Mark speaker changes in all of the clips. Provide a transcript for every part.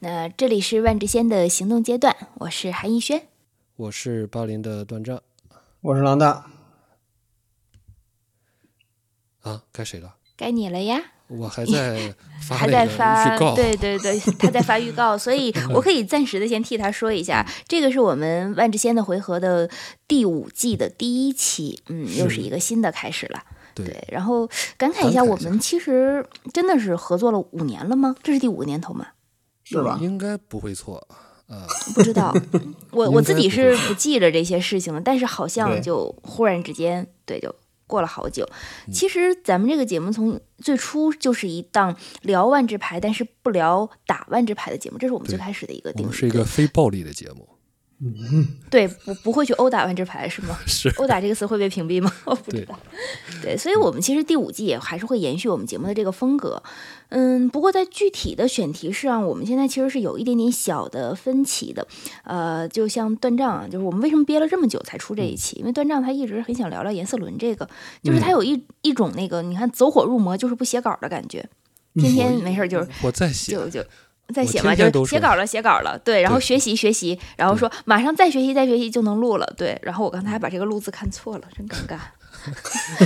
Speaker 1: 那这里是万智仙的行动阶段，我是韩逸轩。
Speaker 2: 我是巴林的段丈
Speaker 3: 我是狼大，
Speaker 2: 啊，该谁了？
Speaker 1: 该你了呀，
Speaker 2: 我还 在发
Speaker 1: 还
Speaker 2: 那
Speaker 1: 在
Speaker 2: 个
Speaker 1: 发
Speaker 2: 预 告，
Speaker 1: 对对对，他在发预告，所以我可以暂时的先替他说一 下，这个是我们万智仙的回合的第五季的第一期，嗯，又是
Speaker 2: 是
Speaker 1: 一个新的开始了。
Speaker 2: 对
Speaker 1: 对，然后感慨一下，
Speaker 2: 感慨一下
Speaker 1: 我们其实真的是合作了五年了吗？这是第五个年头吗？
Speaker 3: 是吧？
Speaker 2: 应该不会错。啊，
Speaker 1: 不知 道，我
Speaker 2: 应
Speaker 1: 我
Speaker 2: 该
Speaker 1: 自己
Speaker 2: 不
Speaker 1: 是
Speaker 2: 会
Speaker 1: 不记着这些事情了，但是好像
Speaker 3: 对
Speaker 1: 就忽然之间，对，就过了好久。
Speaker 2: 嗯
Speaker 1: 其实咱们这个节目从最初就是一档聊万智牌，但是不聊打万智牌的节目，这是我们最
Speaker 2: 对
Speaker 1: 开始的一个
Speaker 2: 我
Speaker 1: 定
Speaker 2: 们
Speaker 1: 义。
Speaker 2: 是一个非暴力的节目，
Speaker 1: 对，不不会去殴打万智牌是吗？
Speaker 2: 是
Speaker 1: 殴打这个词会被屏蔽吗？ 我不知
Speaker 2: 对
Speaker 1: 道。对，所以我们其实第五季也还是会延续我们节目的这个风格。嗯，不过在具体的选题上，我们现在其实是有一点点小的分歧的。呃，就像断账啊，就是我们为什么憋了这么久才出这一期？因为断账他一直很想聊聊颜色轮这个，就是
Speaker 2: 嗯
Speaker 1: 他有一、一种那个你看走火入魔就是不写稿的感觉，天天
Speaker 2: 嗯
Speaker 1: 没事儿就是
Speaker 2: 我在写，
Speaker 1: 就就再
Speaker 2: 我
Speaker 1: 写
Speaker 2: 天
Speaker 1: 嘛，
Speaker 2: 天
Speaker 1: 就
Speaker 2: 都
Speaker 1: 是写
Speaker 2: 说
Speaker 1: 稿了，写稿了，对，然后
Speaker 2: 对
Speaker 1: 学习学习，然后说马上再学习再学习就能录了，对，然后我刚
Speaker 2: 嗯
Speaker 1: 才还把这个“录”字看错了，真尴尬，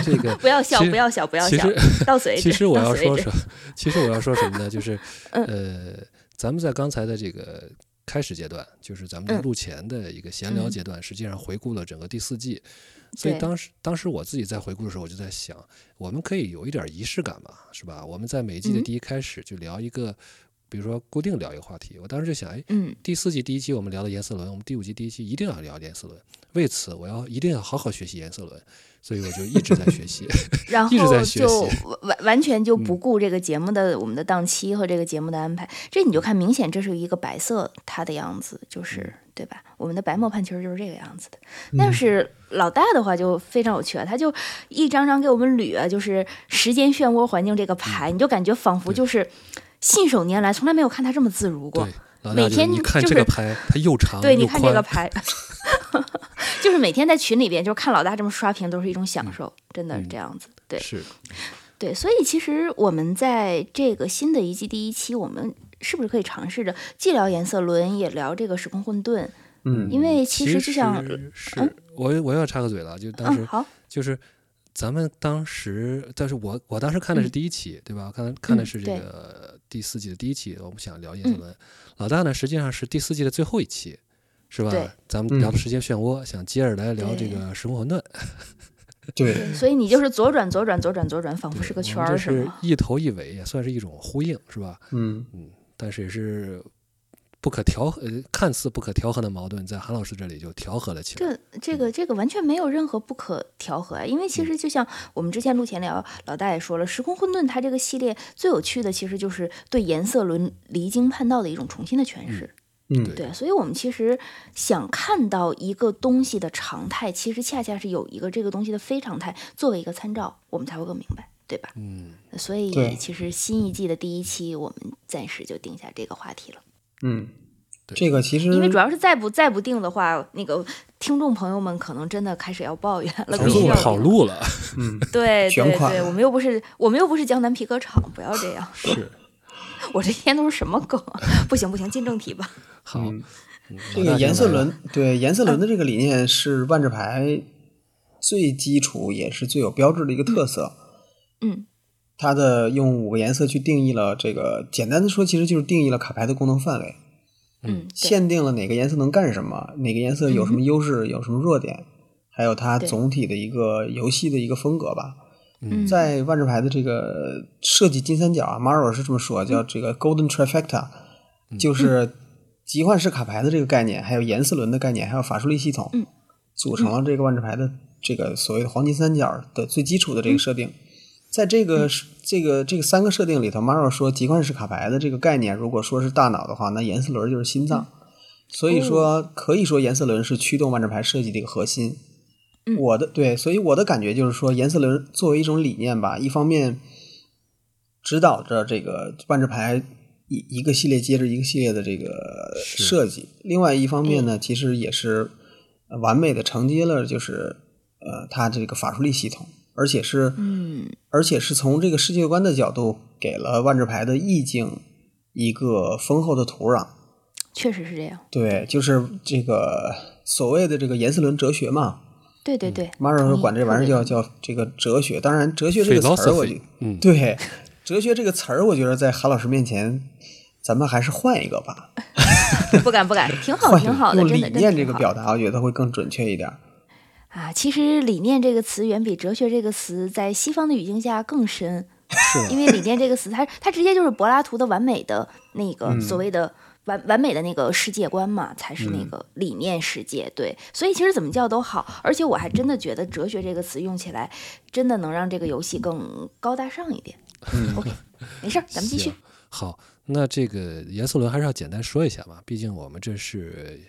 Speaker 2: 这个
Speaker 1: 不要笑，
Speaker 2: 其实
Speaker 1: 不要笑，不要
Speaker 2: 其
Speaker 1: 笑
Speaker 2: 实，
Speaker 1: 到此为止。
Speaker 2: 其实我
Speaker 1: 到
Speaker 2: 要
Speaker 1: 此为
Speaker 2: 说
Speaker 1: 止
Speaker 2: 什，其实我要说什么呢？就是
Speaker 1: 嗯
Speaker 2: 呃，咱们在刚才的这个开始阶段，就是咱们在
Speaker 1: 嗯
Speaker 2: 录前的一个闲聊
Speaker 1: 嗯
Speaker 2: 阶段，实际上回顾了整个第四季。所以
Speaker 1: 对
Speaker 2: 当时当时我自己在回顾的时候，我就在想，我们可以有一点仪式感嘛，是吧？我们在每一季的
Speaker 1: 嗯
Speaker 2: 第一开始就聊一个，比如说固定聊一个话题。我当时就想，哎，
Speaker 1: 嗯，
Speaker 2: 第四季第一期我们聊的颜色轮，我们第五季第一期一定要聊颜色轮。为此，我要一定要好好学习颜色轮，所以我就一直在学习。
Speaker 1: 然
Speaker 2: 一直
Speaker 1: 后
Speaker 2: 在学
Speaker 1: 就
Speaker 2: 习
Speaker 1: 完完完全就不顾这个节目的、我们的档期和这个节目的安排，这
Speaker 2: 嗯
Speaker 1: 你就看明显这是一个白色它的样子，就是、对吧？我们的
Speaker 2: 嗯
Speaker 1: 白墨盘其实就是这个样子的，但是老大的话就非常有趣啊，他就一张张给我们捋啊，就是时间漩涡环境这个牌，你就感觉仿佛
Speaker 2: 嗯对
Speaker 1: 就是信手拈来，从来没有看他这么自如过
Speaker 2: 对。，老
Speaker 1: 每
Speaker 2: 大就是
Speaker 1: 天
Speaker 2: 你看
Speaker 1: 就
Speaker 2: 这个
Speaker 1: 是
Speaker 2: 牌，它又长
Speaker 1: 对，你
Speaker 2: 又
Speaker 1: 看这个
Speaker 2: 宽，
Speaker 1: 牌， 就是每天在群里边，就是看老大这么刷屏，都是一种享受，真的是
Speaker 2: 嗯
Speaker 1: 这样子。对
Speaker 2: 是
Speaker 1: 对，所以其实我们在这个新的一季第一期，我们是不是可以尝试着既聊颜色轮，也聊这个时空混沌？
Speaker 3: 嗯，
Speaker 1: 因为
Speaker 2: 其
Speaker 1: 哎实就像，
Speaker 2: 是我我要插个嘴了，就当
Speaker 1: 嗯，
Speaker 2: 时
Speaker 1: 好，
Speaker 2: 就是咱们当时，但是我我当时看的是
Speaker 1: 嗯
Speaker 2: 第一期，对吧？我看看的
Speaker 1: 嗯
Speaker 2: 是这
Speaker 1: 对嗯
Speaker 2: 个第四季的第一期，我们想聊叶子文，老大呢实际上是第四季的最后一期，是吧
Speaker 1: 对？
Speaker 2: 咱们
Speaker 3: 嗯
Speaker 2: 聊的时间漩涡，想接着来聊这个时空混沌，
Speaker 3: 对，
Speaker 1: 对，所以你就是左转左转左转左转，仿佛
Speaker 2: 对
Speaker 1: 是个
Speaker 2: 我们
Speaker 1: 圈儿，
Speaker 2: 这
Speaker 1: 是
Speaker 2: 是
Speaker 1: 吗？
Speaker 2: 一头一尾，也算是一种呼应，是吧？
Speaker 3: 嗯，
Speaker 2: 但是也是不可调和，呃，看似不可调和的矛盾，在韩老师这里就调和了起来。
Speaker 1: 这这个这个完全没有任何不可调和啊，因为其实就像我们之前录前聊，老大也说了，《时空混沌》它这个系列最有趣的其实就是对颜色轮离经叛道的一种重新的诠释。
Speaker 3: 嗯
Speaker 2: 对
Speaker 1: 对，所以我们其实想看到一个东西的常态，其实恰恰是有一个这个东西的非常态作为一个参照，我们才会更明白，对吧？
Speaker 2: 嗯，
Speaker 1: 所以
Speaker 3: 对
Speaker 1: 其实新一季的第一期，我们暂时就定下这个话题了，
Speaker 3: 嗯，
Speaker 2: 对
Speaker 3: 这个其实
Speaker 1: 因为主要是再不再不定的话，那个听众朋友们可能真的开始要抱怨了，
Speaker 2: 跑
Speaker 1: 必须
Speaker 2: 路
Speaker 1: 要
Speaker 2: 了，跑路了，
Speaker 3: 嗯，
Speaker 1: 对
Speaker 3: 卷
Speaker 1: 对
Speaker 3: 款
Speaker 1: 对，
Speaker 3: 了
Speaker 1: 我们又不是我们又不是江南皮革厂，不要这样，
Speaker 2: 是
Speaker 1: 嗯我这一天都是什么梗啊？ 不行不行，进正题吧。
Speaker 2: 好。
Speaker 3: 嗯
Speaker 2: 嗯
Speaker 3: 这
Speaker 2: 老大
Speaker 3: 个颜色
Speaker 2: 先来吧
Speaker 3: 轮，对颜色轮的这个理念是万智牌最基础也是最有标志的一个特色。
Speaker 1: 嗯，
Speaker 3: 它的用五个颜色去定义了这个，简单的说，其实就是定义了卡牌的功能范围，
Speaker 1: 嗯，对嗯
Speaker 3: 限定了哪个颜色能干什么，哪个颜色有什么优势，有什么弱点，还有它
Speaker 1: 对
Speaker 3: 总体的一个游戏的一个风格吧。
Speaker 1: 嗯
Speaker 3: 在万智牌的这个设计金三角啊 m a r o 是这么说，
Speaker 1: 嗯
Speaker 3: 叫这个 Golden Trifecta，、就是集换式卡牌的这个概念，还有颜色轮的概念，还有法术力系统，
Speaker 1: 嗯
Speaker 3: 组成了这个万智牌的这个所谓的黄金三角的最基础的这个设定。在这个、这个这个三个设定里头 m a r o 说集换式卡牌的这个概念，如果说是大脑的话，那颜色轮就是心脏。所以说，可以说颜色轮是驱动万智牌设计的一个核心。
Speaker 1: 嗯
Speaker 3: 我的对，所以我的感觉就是说，颜色轮作为一种理念吧，一方面指导着这个万智牌一一个系列接着一个系列的这个
Speaker 2: 是
Speaker 3: 设计，另外一方
Speaker 1: 嗯
Speaker 3: 面呢，其实也是呃完美的承接了就是呃它这个法术力系统，而且是
Speaker 1: 嗯
Speaker 3: 而且是从这个世界观的角度给了万智牌的意境一个丰厚的土壤。
Speaker 1: 确实是这样。
Speaker 3: 对，就是这个所谓的这个颜色轮哲学嘛。
Speaker 1: 对对对，
Speaker 3: 马老师
Speaker 1: 同意
Speaker 3: 管这玩意
Speaker 1: 特
Speaker 3: 儿
Speaker 1: 别
Speaker 3: 叫叫这个哲学，当然哲学这个词儿，我觉
Speaker 2: Philosophy，嗯
Speaker 3: 对哲学这个词儿，我觉得在韩老师面前，咱们还是换一个吧，
Speaker 1: 不敢不敢，挺好
Speaker 3: 换
Speaker 1: 挺好的，
Speaker 3: 用
Speaker 1: 真
Speaker 3: 理
Speaker 1: 的。真的
Speaker 3: 念这
Speaker 1: 挺
Speaker 3: 个
Speaker 1: 好
Speaker 3: 表达，我觉得会更准确一点。
Speaker 1: 啊，其实理念这个词远比哲学这个词在西方的语境下更深，
Speaker 3: 啊
Speaker 1: 因为理念这个词它它直接就是柏拉图的完美的那个
Speaker 3: 嗯
Speaker 1: 所谓的完、完美的那个世界观嘛，才是
Speaker 3: 嗯
Speaker 1: 那个理念世界。对，所以其实怎么叫都好，而且我还真的觉得哲学这个词用起来真的能让这个游戏更高大上一点。OK，没
Speaker 3: 嗯
Speaker 1: 事儿，咱们继续
Speaker 2: 行。好，那这个严肃伦还是要简单说一下吧，毕竟我们这是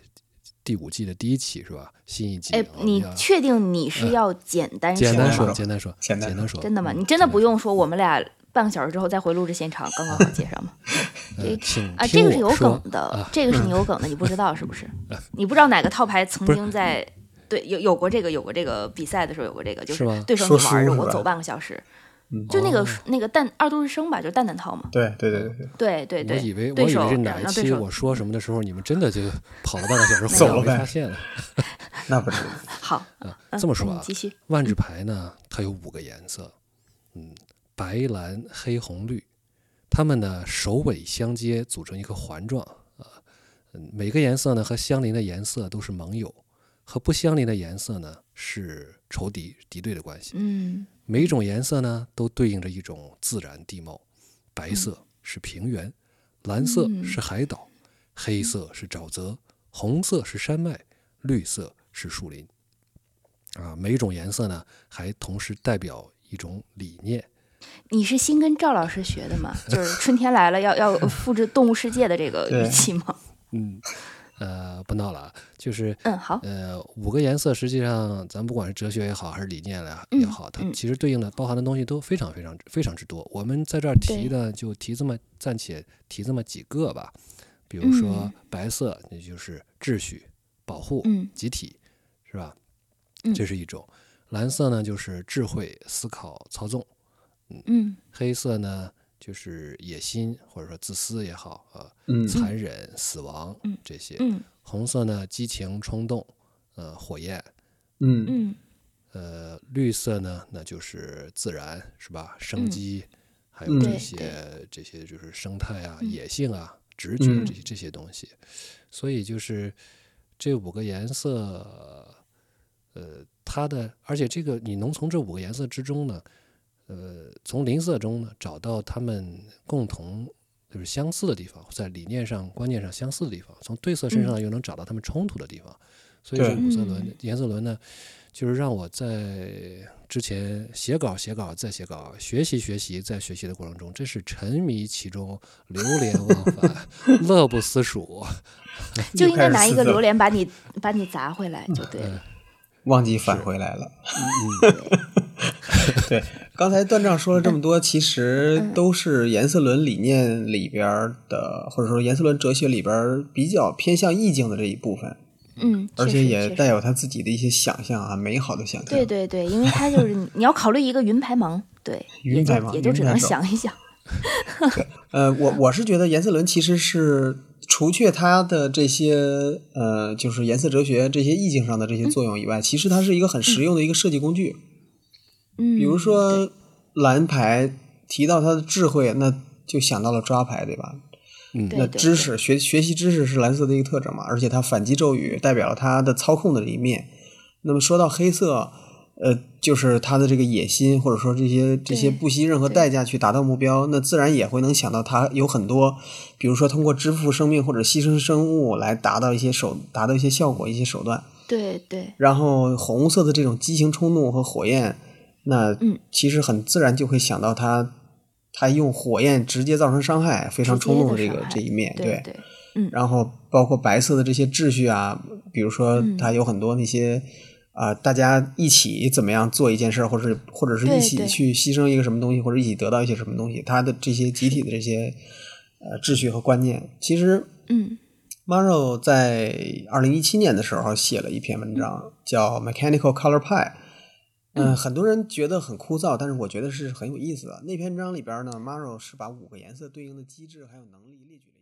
Speaker 2: 第五季的第一期是吧？新一季，啊
Speaker 1: 哎，
Speaker 2: 我们
Speaker 1: 你
Speaker 2: 要
Speaker 1: 确定你
Speaker 3: 嗯
Speaker 1: 是要简单
Speaker 2: 简单
Speaker 1: 吗
Speaker 2: 说，
Speaker 3: 说
Speaker 2: 简单说，
Speaker 3: 简单
Speaker 2: 单说，
Speaker 1: 真的吗？
Speaker 2: 嗯
Speaker 1: 你真的不用说，我们俩半个小时之后再回录制现场，刚刚好接上吗？
Speaker 2: 呃请
Speaker 1: 啊，
Speaker 2: 听
Speaker 1: 这个是有
Speaker 2: 我说
Speaker 1: 梗的
Speaker 2: 啊，，嗯
Speaker 1: 这个是你有梗的，你不知 道是不是？你不知道哪个套牌曾经在对有有过这个有过这个比赛的时候有过这个，就是
Speaker 2: 吗
Speaker 1: 是对手你
Speaker 3: 说
Speaker 1: 玩着
Speaker 3: 书是
Speaker 1: 我
Speaker 3: 吧
Speaker 1: 走半个小时，
Speaker 2: 嗯
Speaker 1: 就那
Speaker 2: 哦
Speaker 1: 个那个蛋二度日生吧，就是蛋蛋套嘛。
Speaker 3: 对对对对对，
Speaker 1: 对对
Speaker 2: 我
Speaker 1: 对，
Speaker 2: 以为我
Speaker 1: 对
Speaker 2: 以为
Speaker 1: 手
Speaker 2: 是哪
Speaker 1: 让
Speaker 2: 一
Speaker 1: 让对
Speaker 2: 期
Speaker 1: 手
Speaker 2: 我说什么的时候，你们真的就跑了半个小 时
Speaker 3: 走
Speaker 2: 回来，我
Speaker 3: 了
Speaker 2: 没
Speaker 3: 呗
Speaker 2: 发现了。
Speaker 3: 那不是
Speaker 1: 好
Speaker 2: 啊，
Speaker 1: 嗯
Speaker 2: 这么说
Speaker 1: 那你
Speaker 2: 啊
Speaker 1: 继续
Speaker 2: 万智牌呢，它有五个颜色，嗯，白、蓝、黑、红、绿，它们呢首尾相接，组成一个环状啊。嗯，每个颜色呢和相邻的颜色都是盟友，和不相邻的颜色呢是仇敌敌对的关系。
Speaker 1: 嗯
Speaker 2: 每一种颜色呢都对应着一种自然地貌，白色是平原，蓝色是海岛，黑色是沼泽，红色是山脉，绿色是树林。啊，每一种颜色呢还同时代表一种理念。
Speaker 1: 你是新跟赵老师学的 吗？就是春天来了要要复制《动物世界》的这个语
Speaker 3: 对
Speaker 1: 气吗？
Speaker 2: 嗯，呃，不闹了啊，就是
Speaker 1: 嗯，好，
Speaker 2: 呃，五个颜色实际上，咱不管是哲学也好，还是理念来
Speaker 1: 嗯
Speaker 2: 也好，它
Speaker 1: 嗯
Speaker 2: 其实对应的包含的东西都非常非常非常之多。我们在这儿提的就提这么暂且提这么几个吧，比如说
Speaker 1: 嗯
Speaker 2: 白色，那就是秩序、保护、
Speaker 1: 嗯
Speaker 2: 集体，是吧？
Speaker 1: 嗯
Speaker 2: 这是一种。蓝色呢，就是智慧、思考、操纵；
Speaker 1: 嗯
Speaker 2: 黑色呢，就是野心或者说自私也好，啊、
Speaker 3: 嗯
Speaker 2: 残忍、死亡
Speaker 1: 嗯
Speaker 2: 这些。
Speaker 1: 嗯
Speaker 2: 红色呢，激情、冲动，呃，火焰。
Speaker 3: 嗯
Speaker 1: 嗯
Speaker 2: 呃，绿色呢，那就是自然，是吧？生
Speaker 1: 嗯
Speaker 2: 机，还有
Speaker 3: 嗯
Speaker 2: 这
Speaker 1: 对
Speaker 2: 些、
Speaker 1: 对
Speaker 2: 这些就是生态啊、
Speaker 1: 嗯
Speaker 2: 野性啊、直觉
Speaker 3: 嗯
Speaker 2: 这些这些东西。所以就是这五个颜色，呃，它的，而且这个你能从这五个颜色之中呢，呃，从邻色中呢找到它们共同就是相似的地方，在理念上、观念上相似的地方，从对色身上又能找到他们冲突的地方。所以
Speaker 3: 对
Speaker 2: 这五色轮
Speaker 1: 嗯、
Speaker 2: 颜色轮呢，就是让我在之前写稿、写稿、再写稿、学习、学习、在学习的过程中，真是沉迷其中，流连忘返，乐不思蜀。
Speaker 1: 就应该拿一个
Speaker 3: 又开始撕嗯
Speaker 1: 榴
Speaker 3: 了
Speaker 1: 莲把你把你砸回来就对了。
Speaker 3: 忘记返回来了。
Speaker 2: 嗯，
Speaker 3: 对，刚才段丈说了这么多，其实
Speaker 1: 嗯
Speaker 3: 都是颜色论理念里边儿的，或者说颜色论哲学里边儿比较偏向意境的这一部分，
Speaker 1: 嗯，
Speaker 3: 而
Speaker 1: 确
Speaker 3: 且
Speaker 1: 实
Speaker 3: 也
Speaker 1: 确
Speaker 3: 带
Speaker 1: 实
Speaker 3: 有他自己的一些想象啊，美好的想象。
Speaker 1: 对对对，因为它就是你 你要考虑一个云排盲，对，
Speaker 3: 云
Speaker 1: 也就
Speaker 3: 排盲
Speaker 1: 也就
Speaker 3: 云
Speaker 1: 只
Speaker 3: 排
Speaker 1: 能
Speaker 3: 盲
Speaker 1: 想一想。
Speaker 3: 呃，我我是觉得颜色论其实是除却它的这些呃，就是颜色哲学这些意境上的这些作用以外，其实它是一个很实用的一个设计工具。
Speaker 1: 嗯，
Speaker 3: 比如说蓝牌提到它的智慧，那就想到了抓牌，对吧？
Speaker 1: 对，
Speaker 3: 那
Speaker 1: 对
Speaker 3: 知，识学学习知识是蓝色的一个特征嘛，而且它反击咒语代表了它的操控的一面。那么说到黑色，呃，就是他的这个野心，或者说这些这些
Speaker 1: 对
Speaker 3: 不惜任何
Speaker 1: 对
Speaker 3: 代价去达到目标，那自然也会能想到他有很多，比如说通过支付生命或者牺牲生物来达到一些手达到一些效果一些手段。
Speaker 1: 对对
Speaker 3: 然后红色的这种激情冲动和火焰，那
Speaker 1: 嗯
Speaker 3: 其实很自然就会想到他，他用火焰直接造成伤害，非常
Speaker 1: 直接
Speaker 3: 冲动
Speaker 1: 的
Speaker 3: 这
Speaker 1: 伤
Speaker 3: 个
Speaker 1: 害
Speaker 3: 这一面，
Speaker 1: 对对，嗯
Speaker 3: 然后包括白色的这些秩序啊，比如说
Speaker 1: 嗯
Speaker 3: 它有很多那些啊、大家一起怎么样做一件事儿，或者是或者是
Speaker 1: 对
Speaker 3: 一
Speaker 1: 对
Speaker 3: 起去牺牲一个什么东西，或者一起得到一些什么东西，它的这些集体的这些呃秩序和观念，其实
Speaker 1: 嗯
Speaker 3: Maro 在二零一七年的时候写了一篇文章，叫《Mechanical Color Pie》，嗯、很多人觉得很枯燥，但是我觉得是很有意思的。那篇章里边呢 m a r o 是把五个颜色对应的机制还有能力列举。